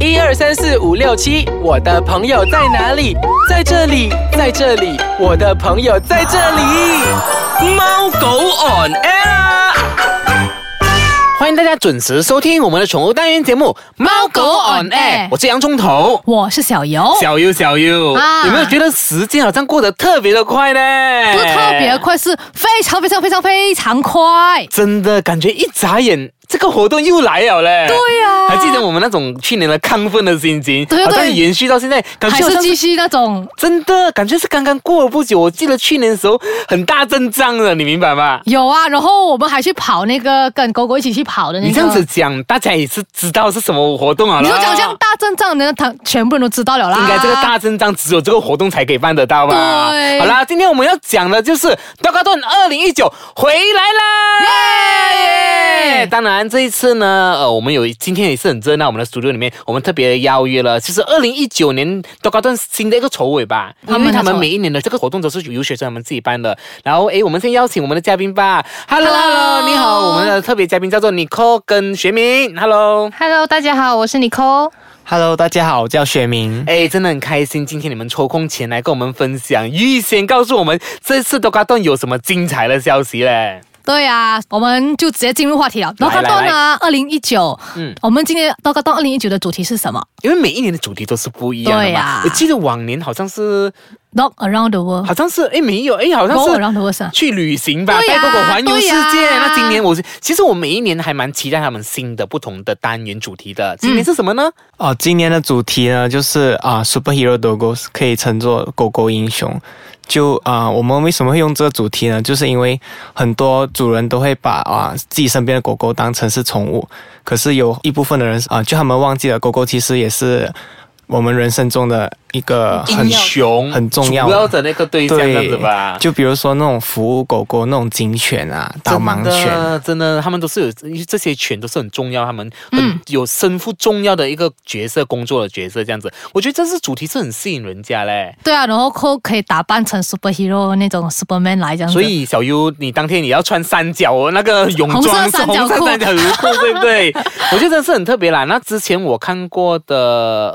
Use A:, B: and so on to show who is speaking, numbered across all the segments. A: 一二三四五六七，我的朋友在哪里？在这里，在这里，我的朋友在这里。
B: 猫狗 on air 啊。
C: 欢迎大家准时收听我们的宠物单元节目《猫狗 on air》，我是洋葱头。
D: 我是小游，
C: 小优，小优，
D: 啊
C: 有没有觉得时间好像过得特别的快呢？
D: 不是特别，快，是非常非常非常非常快。
C: 真的感觉一眨眼，这个活动又来了嘞。
D: 对呀
C: 还记得我们那种去年的亢奋的心情，
D: 对对
C: 好像
D: 对
C: 延续到现在，感
D: 还
C: 觉好
D: 是
C: 呃像
D: 继续那种
C: 真的感觉是刚刚过了不久。我记得去年的时候很大阵仗的，你明白吗？
D: 有啊，然后我们还去跑那个跟狗狗一起去跑的那个。
C: 你这样子，讲，大家也是知道是什么活动啊？
D: 你就讲这样大阵仗的，他全部人都知道了啦。
C: 应该这个大阵仗只有这个活动才可以办得到吧？
D: 对
C: 好啦，今天我们要讲的就是道高顿二零一九回
D: 哎
C: 来啦！耶！当然这一次呢，呃，我们有今天也是很热闹，我们的 studio 里面，我们特别邀约了，就是二零一九年道高顿新的一个筹委吧，
D: 他们
C: 因为他
D: 的
C: 们
D: 筹
C: 每一年的这个活动都是由学生他们自己办的。然后，诶，我们先邀请我们的嘉宾吧。Hello，Hello，
D: Hello
C: 你好，我们的特别嘉宾叫做 Nicole 跟学明。Hello。
E: Hello，大家好，我是 Nicole。
B: Hello，大家好，我叫雪明。
C: 哎，真的很开心，今天你们抽空前来跟我们分享，预先告诉我们这次多嘎顿有什么精彩的消息嘞。
D: 对啊，我们就直接进入话题了。d o
C: 来
D: g
C: 来
D: d o n 呢，二零一九，
C: 嗯
D: 我们今年 d o g d o n 二零一九的主题是什么
C: 因为每一年的主题都是不一样的
D: 对
C: 嘛。
D: 呀
C: 我记得往年好像是，
D: ？Dog Around the World，
C: 好像是，哎，没有，哎，好像
D: Go
C: 是
D: around the world 是啊
C: 去旅行吧，
D: 对
C: 带
D: 呀
C: 狗狗环游世界。
D: 对呀
C: 那今年我是，其实我每一年还蛮期待他们新的不同的单元主题
D: 嗯
C: 的。今年是什么呢？
B: 哦，今年的主题呢，就是啊、s u p e r h e r o Dogos 可以称作狗狗英雄。就啊、我们为什么会用这个主题呢？就是因为很多主人都会把啊、自己身边的狗狗当成是宠物，可是有一部分的人啊、就他们忘记了狗狗其实也是我们人生中的一个很
C: 英雄
B: 很重要
C: 主要的那个对象，这样子吧。
B: 就比如说那种服务狗狗那种警犬啊、导盲
C: 真
B: 犬。
C: 的，真的，他们都是有这些犬都是很重要，他们
D: 嗯
C: 很有身负重要的一个角色，工作的角色这样子。我觉得这是主题是很吸引人家嘞。
D: 对啊，然后可可以打扮成 superhero 那种 Superman 来这样子。
C: 所以小优，你当天也要穿三角哦，那个泳
D: 红
C: 装
D: 色
C: 是
D: 三角
C: 红
D: 裤
C: 色三角 裤，对不对？我觉得真是很特别啦。那之前我看过的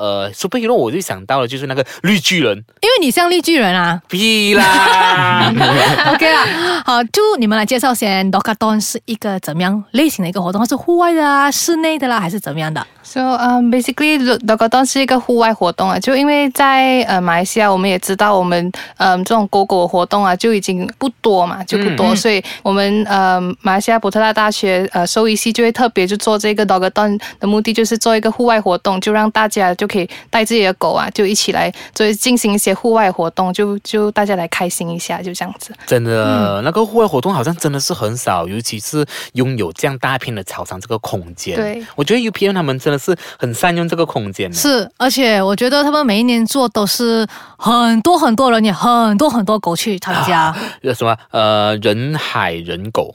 C: 呃 superhero，我就想到了就是那个绿巨人，
D: 因为你像绿巨人 啊
C: 屁啦！
D: ，OK 啦，好，就你们来介绍先 d o g d o n 是一个怎么样类型的一个活动？它是户外的啊，室内的啦，还是怎么样的？
E: So, um, basically, d o g a d o n 是一个户外活动啊，就因为在呃马来西亚，我们也知道我们嗯这种狗狗活动啊就已经不多嘛，就不多，所以我们呃马来西亚伯特大大学呃兽医系就会特别就做这个 d o g a d o n 的目的就是做一个户外活动，就让大家就可以带自己的狗啊，就一起来就是进行一些户外活动，就就大家来开心一下，就这样子。
C: 真的，那个户外活动好像真的是很少，尤其是拥有这样大片的操场这个空间。
E: 对，
C: 我觉得 UPN 他们真的是很善用这个空间。，
D: 是，而且我觉得他们每一年做都是很多很多人，也很多很多狗去参加。
C: 呃什么呃，人海人狗。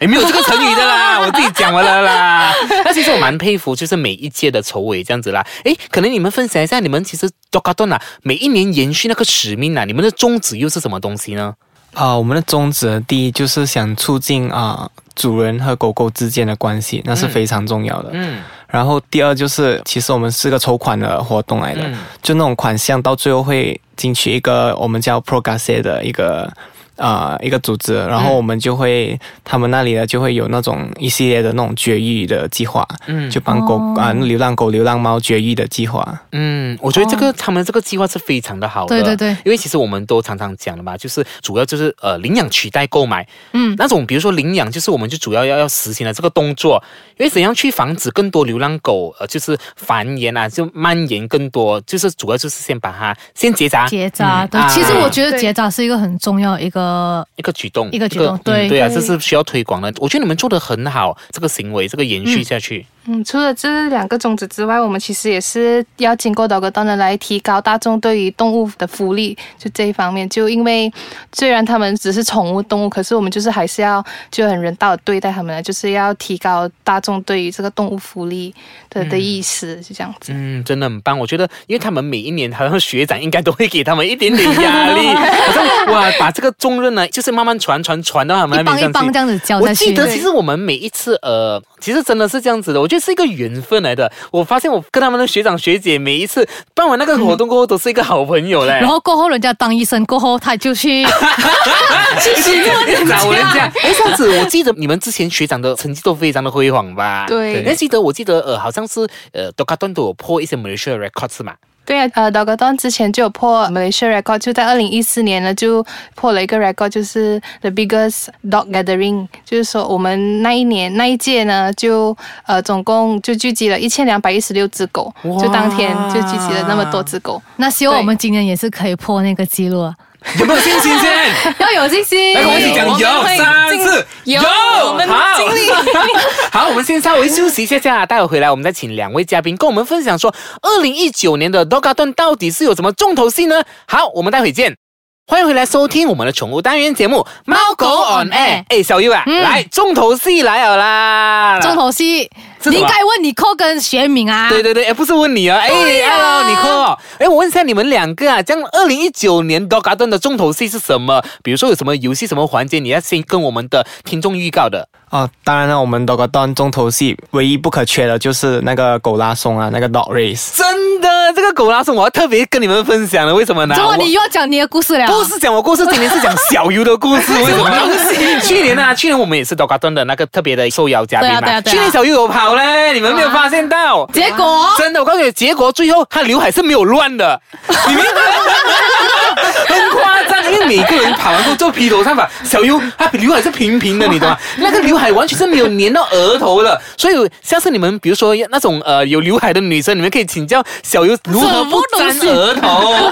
C: 诶，没有这个成语的啦，我自己讲完了啦。那其实我蛮佩服，就是每一届的筹委这样子啦。诶，可能你们分享一下，你们其实 d o g a d o n 啊，每一年延续那个使命啊，你们的宗旨又是什么东西呢？
B: 啊、我们的宗旨呢第一就是想促进啊、主人和狗狗之间的关系，那是非常重要的。
C: 嗯，
B: 然后第二就是，其实我们是个筹款的活动来的，
C: 嗯
B: 就那种款项到最后会进去一个我们叫 p r o g a s e 的一个呃一个组织，然后我们就会、他们那里呢就会有那种一系列的那种绝育的计划，
C: 嗯
B: 就帮狗啊、流浪狗、流浪猫绝育的计划。
C: 嗯，我觉得这个、他们这个计划是非常的好的，
D: 哦对对对
C: 因为其实我们都常常讲的嘛，就是主要就是呃领养取代购买，
D: 嗯，
C: 那种比如说领养，就是我们就主要要要实行的这个动作，因为怎样去防止更多流浪狗呃就是繁衍啊，就蔓延更多，就是主要就是先把它先结扎
D: 结扎，对，
C: 啊
D: 其实我觉得
E: 对
D: 结扎是一个很重要一个
C: 一个举动，
D: 一个举动
C: 这个嗯
D: 对
C: 对啊，
E: 对
C: 这是需要推广的。我觉得你们做的很好，这个行为这个延续下去，
E: 嗯，除了这两个种子之外，我们其实也是要经过 d o g d o n 来提高大众对于动物的福利，就这一方面。就因为虽然它们只是宠物动物，可是我们就是还是要就很人道的对待它们，啊就是要提高大众对于这个动物福利的的意识，就这样子。
C: 嗯，真的很棒。我觉得，因为他们每一年好像学长应该都会给他们一点点压 力，好像哇，把这个重任呢，就是慢慢传传传到他们
D: 一
C: 那边
D: 帮一
C: 上去
D: 帮这样子教
C: 我
D: 下
C: 记
D: 去。
C: 得，其实我们每一次呃，其实真的是这样子的，我觉得是一个缘分来的。我发现我跟他们的学长学姐每一次办完那个活动过后，都是一个好 朋友嘞。
D: 然后过后人家当医生过后，他就去去欺负 人
C: 找人家
D: 家。，
C: 哎，这样子，我记得你们之前学长的成绩都非常的辉煌吧？
E: 对
C: 那记得我记得呃，好像是呃 d o k a d o n 都有破一些 Malaysia records 嘛。
E: 对啊，呃 d o g a d o n 之前就有破 Malaysia record，就在二零一四年呢，就破了一个 record，就是 the biggest dog gathering，就是说我们那一年那一届呢，就呃总共就聚集了一千两百一十六只狗，
C: 哇
E: 就当天就聚集了那么多只狗。
D: 那希望我们今年也是可以破那个记录啊，
C: 有没有信心先？
D: 要有信心。
C: 哎来，我们一起讲
E: 我们
C: 有
E: 会
C: 三
E: 尽
C: 次
E: 有我们
C: 好
E: 尽力
C: 好，我们先稍微休息一下下，待会回来我们再请两位嘉宾跟我们分享说，二零一九年的 Doga 段到底是有什么重头戏呢？好，我们待会见。欢迎回来收听我们的宠物单元节目《猫狗 on air》。哎，小优啊，
D: 嗯
C: 来重头戏来了啦！
D: 重头戏，
C: 啊是什么
D: 你应该问你扣跟学敏啊。
C: 对对对，哎，不是问你啊，哎，Hello，你好，哎，我问一下你们两个啊，这样二零一九年 Dog Garden 的重头戏是什么？比如说有什么游戏、什么环节，你要先跟我们的听众预告的？
B: 哦，当然了，我们 d o g d o n 重头戏唯一不可缺的就是那个狗拉松啊，那个 dog race。
C: 真的，这个狗拉松我要特别跟你们分享的，为什么呢？
D: 怎么
C: 我
D: 啊你啊又要讲你的故事了？
C: 不是讲我故事，今年是讲小优的故事，为什么 呢？去年啊，去年我们也是 Dog Garden 的那个特别的受邀嘉宾嘛，
D: 对啊对啊对啊
C: 去年小优有跑嘞，你们没有发现到？
D: 结果
C: 真的，我告诉你，结果最后他刘海是没有乱的，你明白吗？很夸张，因为每个人跑完之后做披头散发，小优他刘海是平平的，你懂吗？那个刘海完全是没有粘到额头的，所以下次你们比如说那种呃有刘海的女生，你们可以请教小优如何不粘额头。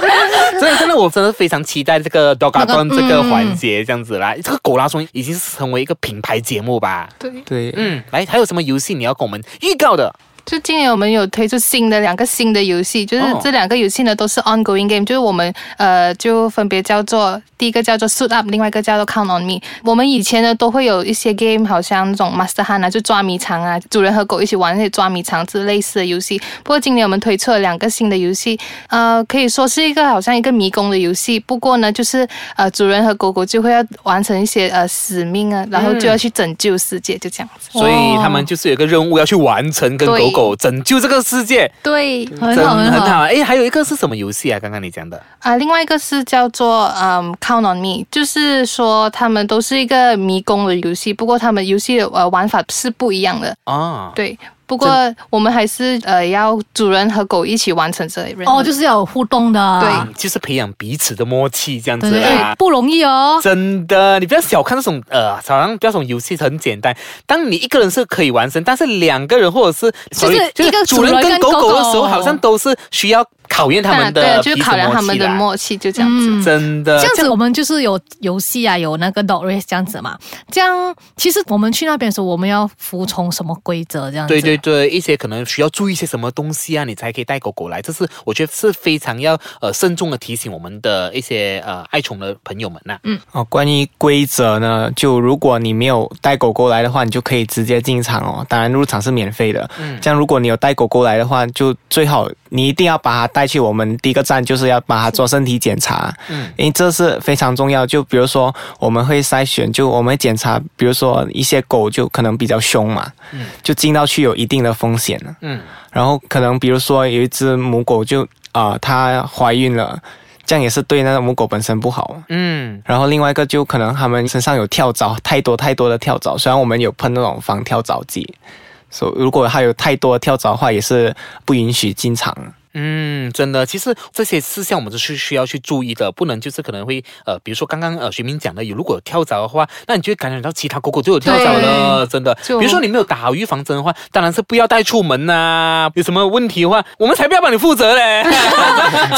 C: 真的，真的，我真的非常期待这个 Dog a d o n 这个环节，这样子啦，这个狗拉松已经是成为一个品牌节目吧。
E: 对，
B: 对，
C: 嗯，来，还有什么游戏你要跟我们预告的？
E: 就今年我们有推出新的两个新的游戏，就是
C: 哦
E: 这两个游戏呢都是 ongoing game，就是我们呃就分别叫做第一个叫做 Suit Up，另外一个叫做 Count on Me。我们以前呢都会有一些 game，好像那种 Master Hunt 啊，就抓迷藏啊，主人和狗一起玩那些抓迷藏之类似的游戏。不过今年我们推出了两个新的游戏，呃，可以说是一个好像一个迷宫的游戏。不过呢，就是呃主人和狗狗就会要完成一些呃使命啊，然后就要去拯救世界，就这样子。
C: 所以他们就是有一个任务要去完成，跟狗
E: 对
C: 狗拯救这个世界，
E: 对。
D: 很
C: 真
D: 好很
C: 很
D: 好。
C: 好。哎，还有一个是什么游戏啊？刚刚你讲的，
E: 啊，另外一个是叫做嗯 Count on Me，就是说他们都是一个迷宫的游戏，不过他们游戏的呃玩法是不一样的。
C: 哦，
E: 对，不过我们还是呃要主人和狗一起完成这任务。
D: 哦，就是要有互动的。
E: 对
C: 嗯就是培养彼此的默契这样
D: 对
C: 子
D: 对
C: 啦
D: 对，。不容易哦。
C: 真的，你不要小看那种呃，好像不要种游戏很简单。当你一个人是可以完成，但是两个人或者是
D: 就是一个主
C: 主人
D: 人
C: 跟
D: 跟
C: 狗狗的时候，
D: 狗狗
C: 好像都是需要考验他们
E: 对啊，
C: 的，
E: 就是考量他们的
C: 默
E: 默契，就这样子。
D: 嗯
C: 契啦，真的
D: 这样子，我们就是有游戏啊，有那个 dog race 这样子嘛。这样，其实我们去那边的时候，我们要服从什么规则？这样子。
C: 对对对，一些可能需要注意一些什么东西啊，你才可以带狗狗来。这是我觉得是非常要呃慎重的提醒我们的一些呃爱宠的朋友们呐、
B: 哦，关于规则呢，就如果你没有带狗狗来的话，你就可以直接进场哦。当然入场是免费的。
C: 嗯
B: 这样如果你有带狗狗来的话，就最好你一定要把它带去我们第一个站，就是要把它做身体检查。
C: 嗯，
B: 因为这是非常重要。就比如说，我们会筛选，就我们会检查，比如说一些狗就可能比较凶嘛，
C: 嗯
B: 就进到去有一定的风险了。
C: 嗯，
B: 然后可能比如说有一只母狗就啊、呃它怀孕了，这样也是对那个母狗本身不好嘛。
C: 嗯，
B: 然后另外一个就可能它们身上有跳蚤，太多太多的跳蚤。虽然我们有喷那种防跳蚤剂，所、以如果它有太多跳蚤的话，也是不允许进场。
C: 嗯，真的，其实这些事项我们都是需要去注意的，不能就是可能会呃，比如说刚刚呃学明讲的，有如果有跳蚤的话，那你就会感染到其他狗狗就有跳蚤了，真的。比
E: 就
C: 如说你没有打好预防针的话，当然是不要带出门呐、有什么问题的话，我们才不要帮你负责嘞。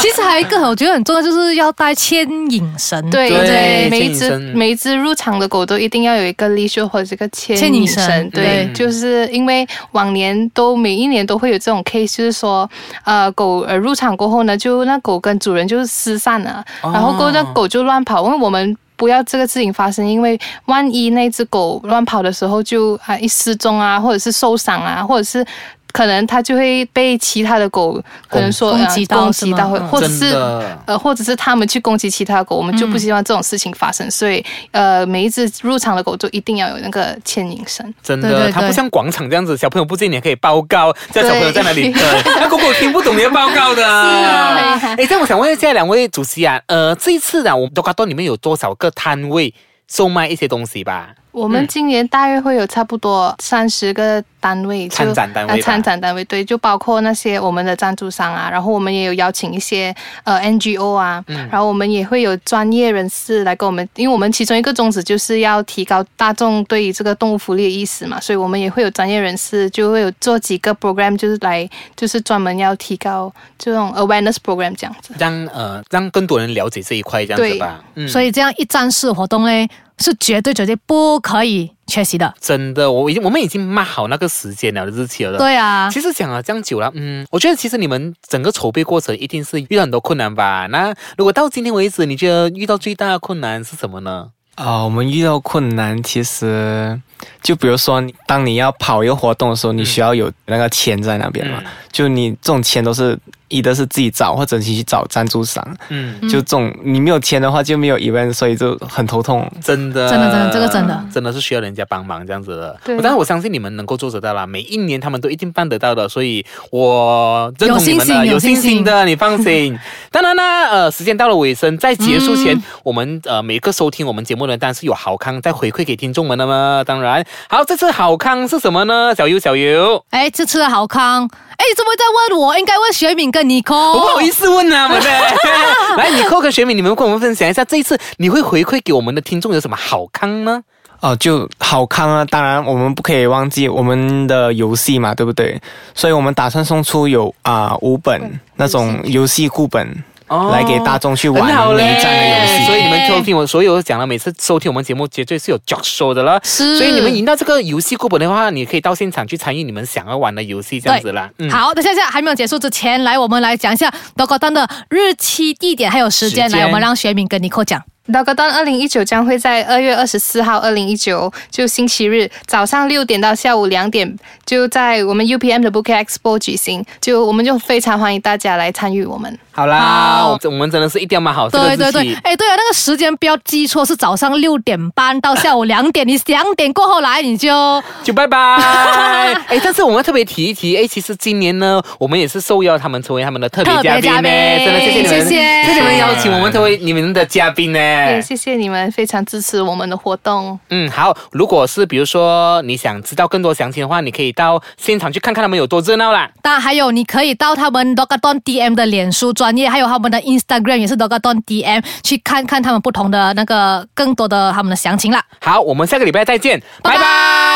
D: 其实还有一个我觉得很重要，就是要带牵引绳。
E: 对
C: 对牵
E: 每一
C: 引
E: 只
C: 绳
E: 每一只入场的狗都一定要有一个立秀或者一个牵
D: 牵
E: 引
D: 引绳
E: 对，
C: 嗯
E: 就是因为往年都每一年都会有这种 case，就是说，呃，狗呃入场过后呢，就那狗跟主人就失散了，
C: 哦
E: 然后过后那狗就乱跑，因为我们。不要这个事情发生，因为万一那只狗乱跑的时候就啊一失踪啊，或者是受伤啊，或者是可能它就会被其他的狗可能说
D: 攻
E: 呃
D: 击到
E: 攻击到，
D: 是
E: 会
D: 吗嗯
E: 或者
C: 真
E: 是
C: 的
E: 呃，或者是他们去攻击其他狗，我们
D: 嗯
E: 就不希望这种事情发生。所以呃，每一只入场的狗就一定要有那个牵引绳。
C: 真
D: 对
C: 的，
D: 对
C: 它不
D: 对
C: 像广场这样子，小朋友不见你还可以报告，叫小朋友
E: 对
C: 在哪里等，呃那狗狗听不懂你要报 告的。是啊哎，这样我想问一下两位主席啊，呃，这一次啊，我们 d o k a d o 里面有多少个摊位售卖一些东西吧？
E: 我
C: 嗯
E: 们今年大约会有差不多三十个单位，就
C: 参展单位吧
E: 呃参展单位对，就包括那些我们的赞助商啊，然后我们也有邀请一些呃 NGO 啊，
C: 嗯
E: 然后我们也会有专业人士来跟我们，因为我们其中一个宗旨就是要提高大众对于这个动物福利的意识嘛，所以我们也会有专业人士就会有做几个 program，就是来就是专门要提高这种 awareness program 这样子。
C: 让呃让更多人了解这一块，这样子吧。嗯
D: 所以这样一站式活动呢，是绝对绝对不可以缺席的。
C: 真的，我已经我们已经 mark 好那个时间了日期了。。
D: 对啊，
C: 其实讲了这样久了，嗯，我觉得其实你们整个筹备过程一定是遇到很多困难吧？那如果到今天为止，你觉得遇到最大的困难是什么呢？
B: 啊、我们遇到困难，其实就比如说，当你要跑一个活动的时候，你需要有那个钱在那边嘛。就你这种钱都是一的是自己找，或者你去找赞助商。
C: 嗯，
B: 就这种你没有钱的话就没有 event，所以就很头痛。
C: 真的，
D: 真的真的这个真的
C: 真的是需要人家帮忙这样子的。
E: 对
C: 我当然我相信你们能够做得到啦，每一年他们都一定办得到的，所以我认同你们
D: 有
C: 的，
D: 信心有
C: 信
D: 信
C: 心
D: 心
C: 的，你放心。当然啦，呃，时间到了尾声，在结束
D: 嗯
C: 前，我们呃每个收听我们节目的人，当然是有好康再回馈给听众们的嘛。当然，好，这次好康是什么呢？小优，小优。
D: 哎，这次的好康，哎，你怎么在问我？应该问雪敏跟尼克。
C: 我哦不好意思问啊，我的。 来，你扣个学敏，你们跟我们分享一下，这一次你会回馈给我们的听众有什么好康呢？
B: 哦、就好康啊！当然，我们不可以忘记我们的游戏嘛，对不对？所以我们打算送出有啊五、本那种游戏固本、
C: 嗯哦
B: 来给大众去玩
C: 很好嘞，
B: 内战的游戏。
C: 所以你们收听我，所以我讲了，每次收听我们节目绝对是有 j o 收的了。
D: 是
C: 所以你们赢到这个游戏股本的话，你可以到现场去参与你们想要玩的游戏，这样子啦。嗯，
D: 好，等一下下还没有结束之前，来我们来讲一下德国丹的日期、地点还有时间。
C: 时间
D: 来，我们让雪敏跟尼克讲。
E: d o g o d o n 二零一九将会在二月二十四号，二零一九就星期日早上六点到下午两点，就在我们 UPM 的 Book Expo 举行。就我们就非常欢迎大家来参与我们。
C: 好啦，
D: 好
C: 我我们真的是一定要买好这个
D: 对
C: 日期。
D: 对对，哎，对啊，那个时间不要记错，是早上六点半到下午两点，你 两点过后来你就
C: 就拜拜。哎，但是我们要特别提一提，哎，其实今年呢，我们也是受邀他们成为他们的特别
D: 特别
C: 嘉宾
D: 嘉
C: 呢，
D: 宾
C: 真的谢谢你们，
D: 谢谢
C: 谢谢你们邀请我们成为你们的嘉宾呢。
E: 也谢谢你们非常支持我们的活动。
C: 嗯，好。如果是比如说你想知道更多详情的话，你可以到现场去看看他们有多热闹啦。
D: 当然还有，你可以到他们 d o g a d o n DM 的脸书专业，还有他们的 Instagram 也是 d o g a d o n DM 去看看他们不同的那个更多的他们的详情啦。
C: 好，我们下个礼拜再见，拜
D: 拜
C: 拜。
D: 拜